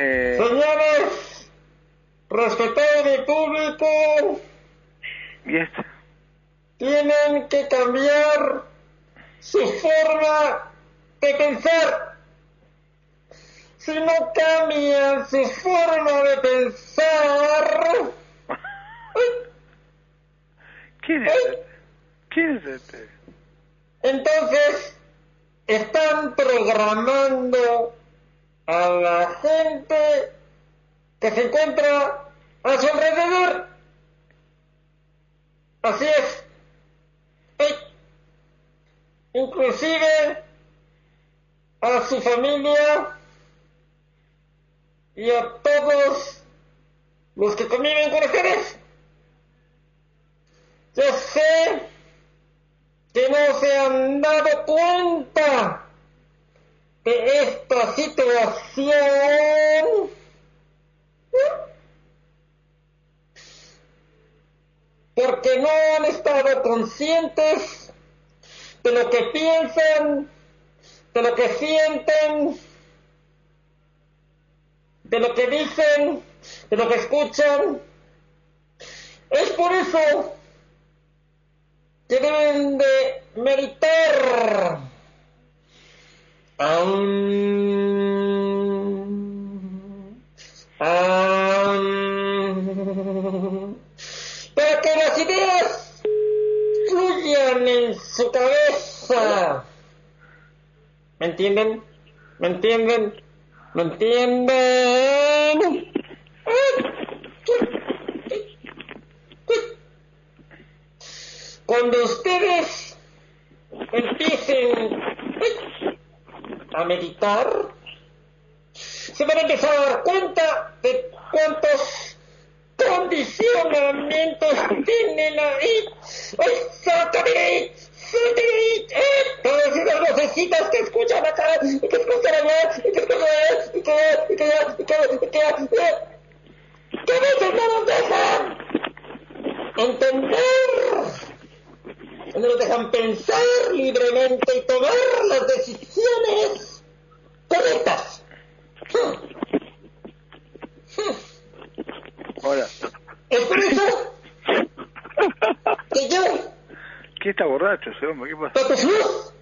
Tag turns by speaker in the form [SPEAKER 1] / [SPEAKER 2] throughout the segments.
[SPEAKER 1] Eh,
[SPEAKER 2] Señores, respetados del público,
[SPEAKER 1] yes.
[SPEAKER 2] tienen que cambiar su forma de pensar. Si no cambian su forma de pensar,
[SPEAKER 1] ¿Quién es este? ¿Quién es este?
[SPEAKER 2] entonces están programando a la gente que se encuentra a su alrededor. Así es. Ay. Inclusive a su familia y a todos los que conviven con ustedes. Yo sé que no se han dado cuenta de esta situación. Porque no han estado conscientes de lo que piensan, de lo que sienten, de lo que dicen, de lo que escuchan. Es por eso que deben de meditar. Aún. Aún. Para que las ideas fluyan en su cabeza. ¿Me entienden? ¿Me entienden? ¿Me entienden? Cuando ustedes empiecen pues, a meditar, se van a empezar a dar cuenta de cuántos condicionamientos tienen ahí. ¡Ay, sácame de ahí! ¡Sácame de ahí! ¡Eh! Todas esas vocecitas que escuchan acá, y que escuchan allá, y que escuchan allá, y que allá, y que allá, y que allá, y que allá, eh. ¡Que veces no nos dejan entender! no nos dejan pensar libremente y tomar las decisiones correctas.
[SPEAKER 1] Ahora,
[SPEAKER 2] Es por eso que yo,
[SPEAKER 1] ¿qué está borracho ese hombre? ¿Qué pasa?
[SPEAKER 2] Pato Cruz,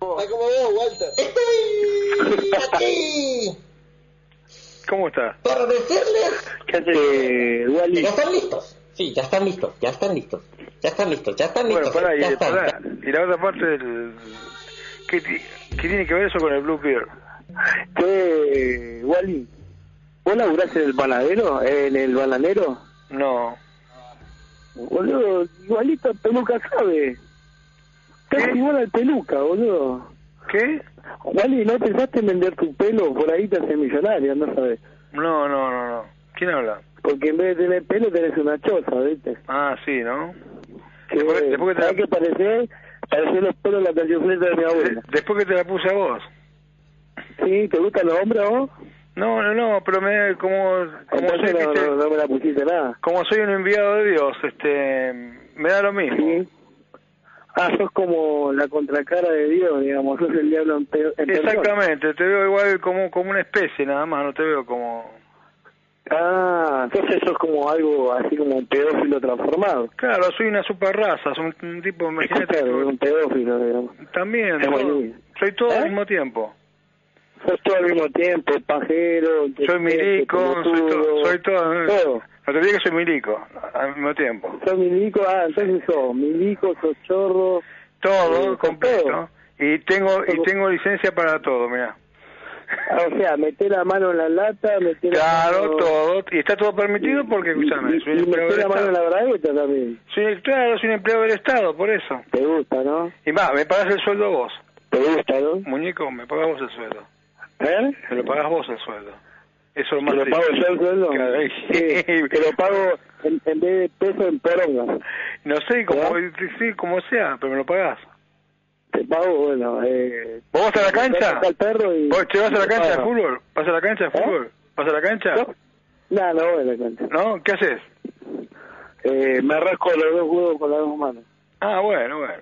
[SPEAKER 3] Está como vos, Walter.
[SPEAKER 2] estoy aquí
[SPEAKER 1] ¿Cómo está?
[SPEAKER 2] para decirles
[SPEAKER 4] ¿Qué hace
[SPEAKER 2] que
[SPEAKER 4] Eh, Wally?
[SPEAKER 2] ya están listos. Sí, ya están listos, ya están listos, ya están listos, ya están
[SPEAKER 1] Bueno,
[SPEAKER 2] listos.
[SPEAKER 1] pará,
[SPEAKER 2] ya
[SPEAKER 1] y,
[SPEAKER 2] están,
[SPEAKER 1] pará.
[SPEAKER 2] ya-
[SPEAKER 1] y la otra parte del... ¿Qué, ti- qué tiene que ver eso con el Blue Beer?
[SPEAKER 4] ¿Qué Wally? ¿Vos laburás en el panadero? ¿En el bananero?
[SPEAKER 1] No.
[SPEAKER 4] Boludo, igualito al peluca sabe. Estás
[SPEAKER 1] ¿Qué?
[SPEAKER 4] igual al peluca, boludo.
[SPEAKER 1] ¿Qué?
[SPEAKER 4] Wally, ¿no pensaste en vender tu pelo? Por ahí te haces millonario, no sabes.
[SPEAKER 1] No, no, no, no. ¿Quién habla?
[SPEAKER 4] Porque en vez de tener pelo tenés una choza, ¿viste?
[SPEAKER 1] Ah, sí, ¿no?
[SPEAKER 4] Que,
[SPEAKER 1] Después- después que te-
[SPEAKER 4] ¿sabés qué parecés? Parecés los pelos de la cancioneta de mi abuela.
[SPEAKER 1] Después que te la puse a vos.
[SPEAKER 4] ¿Sí? ¿Te gustan los hombres a vos?
[SPEAKER 1] No, no, no, pero me, como, como, soy,
[SPEAKER 4] Entonces no,
[SPEAKER 1] viste,
[SPEAKER 4] no- no me la pusiste nada.
[SPEAKER 1] como soy un enviado de Dios, este, me da lo mismo.
[SPEAKER 4] Sí. Ah, sos como la contracara de Dios, digamos. Sos el diablo en, pe- en persona.
[SPEAKER 1] Exactamente, te veo igual como, como una especie nada más, no te veo como...
[SPEAKER 4] Ah, entonces sos como algo así como un pedófilo transformado.
[SPEAKER 1] Claro, soy una super raza, soy un, un tipo, imagínate,
[SPEAKER 4] Claro, un pedófilo, digamos.
[SPEAKER 1] también,
[SPEAKER 4] Es
[SPEAKER 1] todo.
[SPEAKER 4] buenísimo.
[SPEAKER 1] soy todo
[SPEAKER 4] ¿Eh?
[SPEAKER 1] al mismo tiempo.
[SPEAKER 4] Sos todo al mismo tiempo, pajero,
[SPEAKER 1] Soy milico, soy, to-
[SPEAKER 4] pelotudo,
[SPEAKER 1] soy todo...
[SPEAKER 4] todo.
[SPEAKER 1] No te digo que soy milico, al mismo tiempo.
[SPEAKER 4] Sos milico, ah, entonces sos milico, sos chorro.
[SPEAKER 1] Todo,
[SPEAKER 4] Sí,
[SPEAKER 1] completo.
[SPEAKER 4] todo.
[SPEAKER 1] Y tengo y
[SPEAKER 4] Todo.
[SPEAKER 1] tengo licencia para todo, mira.
[SPEAKER 4] Ah, O sea, meter la mano en la lata, meter la
[SPEAKER 1] Claro,
[SPEAKER 4] mano...
[SPEAKER 1] todo. Y está todo permitido porque,
[SPEAKER 4] Y,
[SPEAKER 1] escúchame, soy un
[SPEAKER 4] y- y
[SPEAKER 1] empleado
[SPEAKER 4] meter
[SPEAKER 1] del
[SPEAKER 4] la mano en
[SPEAKER 1] Estado.
[SPEAKER 4] la bragueta también.
[SPEAKER 1] Soy, claro, soy un empleado del Estado, por eso.
[SPEAKER 4] Te gusta, ¿no?
[SPEAKER 1] Y va, me pagas el sueldo vos.
[SPEAKER 4] Te gusta, ¿no?
[SPEAKER 1] Muñeco, me pagas vos el sueldo.
[SPEAKER 4] ¿Eh?
[SPEAKER 1] Me lo pagas vos el sueldo. Eso es
[SPEAKER 4] Te
[SPEAKER 1] más
[SPEAKER 4] lo pago
[SPEAKER 1] triste.
[SPEAKER 4] yo el sueldo.
[SPEAKER 1] Claro, ahí.
[SPEAKER 4] Sí, te lo pago en, en vez de peso en poronga.
[SPEAKER 1] No sé, como,
[SPEAKER 4] ¿Ya?
[SPEAKER 1] sí, como sea, pero me lo pagás.
[SPEAKER 4] Te pago, bueno, eh...
[SPEAKER 1] ¿Vos vas a la cancha?
[SPEAKER 4] Al perro y...
[SPEAKER 1] ¿Vos te vas a la
[SPEAKER 4] y
[SPEAKER 1] cancha de
[SPEAKER 4] pago.
[SPEAKER 1] fútbol? ¿Vas a la cancha de fútbol? ¿Vas a la cancha?
[SPEAKER 4] No, no, no voy a la cancha.
[SPEAKER 1] ¿No? ¿Qué haces?
[SPEAKER 4] Eh, me rasco los dos huevos con las dos manos.
[SPEAKER 1] Ah, bueno, bueno.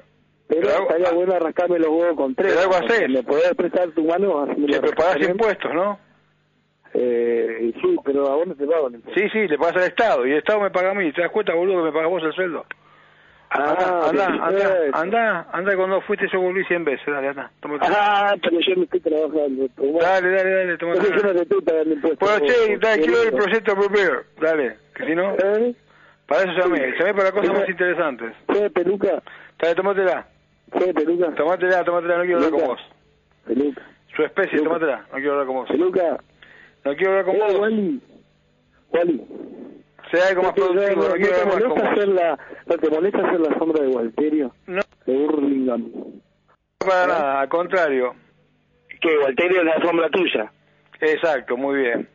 [SPEAKER 4] Pero
[SPEAKER 1] Pero-
[SPEAKER 4] estaría
[SPEAKER 1] ah.
[SPEAKER 4] bueno arrancarme los huevos con tres.
[SPEAKER 1] Pero algo
[SPEAKER 4] Porque
[SPEAKER 1] hacés.
[SPEAKER 4] ¿Me podés prestar tu mano? Así me
[SPEAKER 1] Te
[SPEAKER 4] lo
[SPEAKER 1] preparás
[SPEAKER 4] rascaré.
[SPEAKER 1] impuestos, ¿no?
[SPEAKER 4] Eh, y sí, pero a vos no te pago. ¿no?
[SPEAKER 1] Sí, sí, le pagas al Estado. Y el Estado me paga a mí. ¿Te das cuenta, boludo, que me pagas vos el sueldo?
[SPEAKER 4] Ah,
[SPEAKER 1] anda,
[SPEAKER 4] pero
[SPEAKER 1] anda, anda,
[SPEAKER 4] eso.
[SPEAKER 1] anda, anda, cuando fuiste yo volví 100 veces. Dale, anda, toma tu-
[SPEAKER 4] Ah, pero yo no estoy trabajando. pues, pero bueno.
[SPEAKER 1] Dale, dale, dale, toma
[SPEAKER 4] Pero yo no
[SPEAKER 1] tu-
[SPEAKER 4] te estoy pagando impuestos.
[SPEAKER 1] Bueno, che,
[SPEAKER 4] vos,
[SPEAKER 1] dale, quiero ver el
[SPEAKER 4] boludo.
[SPEAKER 1] proyecto propio. Dale, que si no,
[SPEAKER 4] ¿Eh?
[SPEAKER 1] para eso llamé. Llamé para cosas
[SPEAKER 4] Pero-
[SPEAKER 1] más interesantes.
[SPEAKER 4] ¿Fue de peluca?
[SPEAKER 1] Dale, tomátela.
[SPEAKER 4] ¿Fue de peluca?
[SPEAKER 1] Tomátela, tomátela, no quiero hablar con
[SPEAKER 4] Nunca.
[SPEAKER 1] vos.
[SPEAKER 4] Peluca.
[SPEAKER 1] Su especie,
[SPEAKER 4] Nunca.
[SPEAKER 1] tomátela, no quiero hablar con vos.
[SPEAKER 4] Peluca.
[SPEAKER 1] No quiero hablar con
[SPEAKER 4] Eh,
[SPEAKER 1] vos.
[SPEAKER 4] Wally. Wally.
[SPEAKER 1] Sea algo más
[SPEAKER 4] No te-
[SPEAKER 1] productivo, no
[SPEAKER 4] no,
[SPEAKER 1] quiero
[SPEAKER 4] te
[SPEAKER 1] hablar
[SPEAKER 4] molesta
[SPEAKER 1] con vos.
[SPEAKER 4] hacer la, ¿No te molesta hacer la sombra de Walterio?
[SPEAKER 1] No,
[SPEAKER 4] De Burlingame.
[SPEAKER 1] para nada, al contrario.
[SPEAKER 4] ¿Qué? ¿Walterio es la sombra tuya?
[SPEAKER 1] Exacto, muy bien.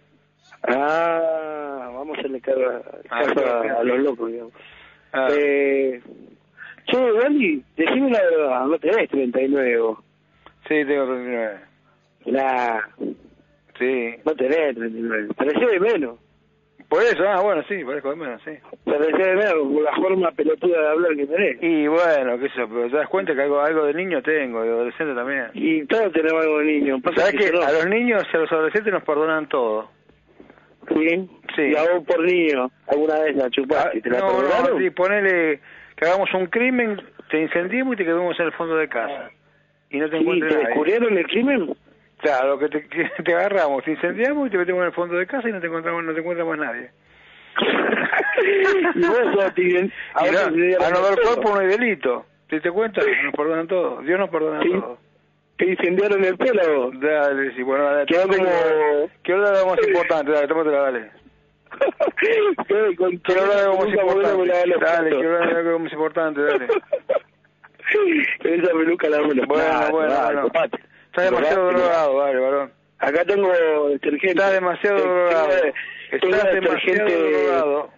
[SPEAKER 4] Ah, vamos a hacerle cargo a-
[SPEAKER 1] Ah,
[SPEAKER 4] caso
[SPEAKER 1] claro.
[SPEAKER 4] a, a los locos, digamos.
[SPEAKER 1] Ah,
[SPEAKER 4] Eh, che, Wally, decime la verdad, no tenés 39 vos.
[SPEAKER 1] sí, tengo 39.
[SPEAKER 4] Nah,
[SPEAKER 1] Sí.
[SPEAKER 4] no tenés 39. Parecés de menos.
[SPEAKER 1] Por eso, ah, bueno, sí, parezco de menos, sí.
[SPEAKER 4] Parecés de menos por la forma pelotuda de hablar que tenés.
[SPEAKER 1] Y bueno, qué sé yo, pero te das cuenta que algo, algo de niño tengo, de adolescente también.
[SPEAKER 4] Y todos tenemos algo de niño. Pasa
[SPEAKER 1] ¿Sabes que
[SPEAKER 4] yo no.
[SPEAKER 1] a los niños y a los adolescentes nos perdonan todo?
[SPEAKER 4] Sí.
[SPEAKER 1] Sí.
[SPEAKER 4] Y a vos por niño, alguna vez la
[SPEAKER 1] Ah,
[SPEAKER 4] chupaste, ¿te la
[SPEAKER 1] no, no,
[SPEAKER 4] perdonaron?
[SPEAKER 1] sí, ponele que hagamos un crimen, te incendiemos y te quedamos en el fondo de casa. Y no te
[SPEAKER 4] Ah. Sí,
[SPEAKER 1] encuentres
[SPEAKER 4] ¿Te
[SPEAKER 1] nadie.
[SPEAKER 4] descubrieron el crimen?
[SPEAKER 1] Claro, que te, que te agarramos, te incendiamos y te metemos en el fondo de casa y no te encontramos, no te encontramos nadie.
[SPEAKER 4] y vos sos tibien- a
[SPEAKER 1] Y
[SPEAKER 4] vos
[SPEAKER 1] no,
[SPEAKER 4] te dieron
[SPEAKER 1] a no ver
[SPEAKER 4] el pelo.
[SPEAKER 1] cuerpo no hay delito. ¿Te diste cuenta? Nos perdonan todo. Dios nos perdona
[SPEAKER 4] Sí.
[SPEAKER 1] todo.
[SPEAKER 4] Te incendiaron el pelo a vos.
[SPEAKER 1] Dale, sí, bueno, dale.
[SPEAKER 4] Quedó como...
[SPEAKER 1] Quiero hablar de algo más importante, dale, tómatela, dale.
[SPEAKER 4] Quedó con-
[SPEAKER 1] Quiero hablar de algo más
[SPEAKER 4] nunca volvieron a volar a
[SPEAKER 1] importante. Dale,
[SPEAKER 4] los platos.
[SPEAKER 1] quiero hablar de algo más importante, dale.
[SPEAKER 4] Con esa peluca la vuelo.
[SPEAKER 1] Bueno,
[SPEAKER 4] Nah,
[SPEAKER 1] bueno,
[SPEAKER 4] nah,
[SPEAKER 1] bueno.
[SPEAKER 4] copate.
[SPEAKER 1] Estás demasiado
[SPEAKER 4] Copate,
[SPEAKER 1] drogado, dale, varón.
[SPEAKER 4] Acá tengo detergente.
[SPEAKER 1] Estás demasiado
[SPEAKER 4] Tengo-
[SPEAKER 1] drogado.
[SPEAKER 4] tengo
[SPEAKER 1] Estás demasiado
[SPEAKER 4] detergente-
[SPEAKER 1] drogado.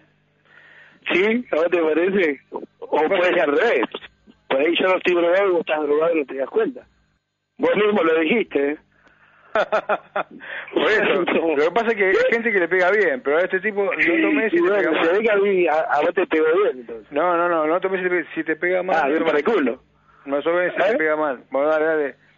[SPEAKER 4] ¿Sí? ¿A vos te parece? O puede ser al revés. Por ahí yo no estoy drogado y vos estás drogado y no te das cuenta. Vos mismo lo dijiste, ¿eh?
[SPEAKER 1] Por eso, lo que pasa es que hay gente que le pega bien, pero a este tipo no tomes
[SPEAKER 4] Y
[SPEAKER 1] si te pega
[SPEAKER 4] bueno, se
[SPEAKER 1] mal.
[SPEAKER 4] ve que a mí, a, a vos te pegó bien, entonces.
[SPEAKER 1] No, no, no, no tomes si te pega mal.
[SPEAKER 4] ah,
[SPEAKER 1] no
[SPEAKER 4] bien para
[SPEAKER 1] tomes-
[SPEAKER 4] el culo.
[SPEAKER 1] No tomes si
[SPEAKER 4] ¿Eh?
[SPEAKER 1] te pega mal. Bueno, dale, dale.